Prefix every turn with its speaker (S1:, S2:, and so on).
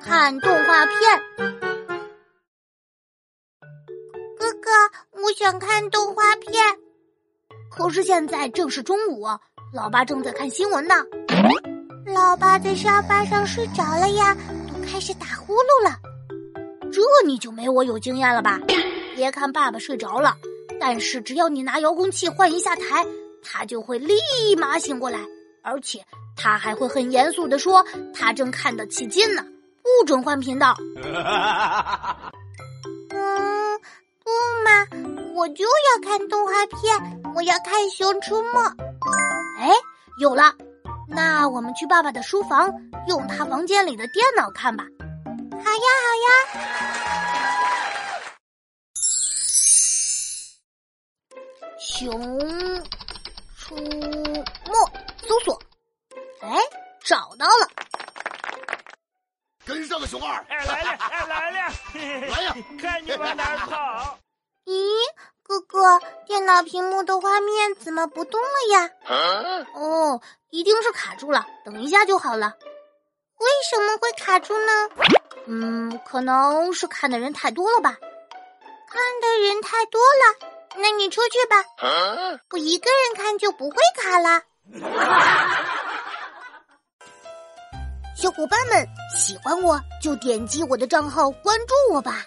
S1: 看动画片。
S2: 哥哥，我想看动画片。
S1: 可是现在正是中午，老爸正在看新闻呢。
S2: 老爸在沙发上睡着了呀，都开始打呼噜了。
S1: 这你就没我有经验了吧？别看爸爸睡着了，但是只要你拿遥控器换一下台，他就会立马醒过来，而且他还会很严肃的说：“他正看得起劲呢，不准换频道。”
S3: 哎
S2: 嗯，不嘛，我就要看动画片，我要看《熊出没》。
S1: 哎，有了，那我们去爸爸的书房，用他房间里的电脑看吧。
S2: 好呀，好呀。
S1: 熊出没，搜索，哎，找到了！
S4: 跟上了熊二，
S3: 哎来了，哎来了，
S4: 来呀，
S3: 看你往哪儿跑！
S2: 咦，哥哥，电脑屏幕的画面怎么不动了呀？
S4: 啊
S1: 哦，一定是卡住了，等一下就好了。
S2: 为什么会卡住呢？
S1: 嗯，可能是看的人太多了吧。
S2: 看的人太多了，那你出去吧，
S4: 啊！
S2: 我一个人看就不会卡了。
S1: 小伙伴们，喜欢我就点击我的账号关注我吧。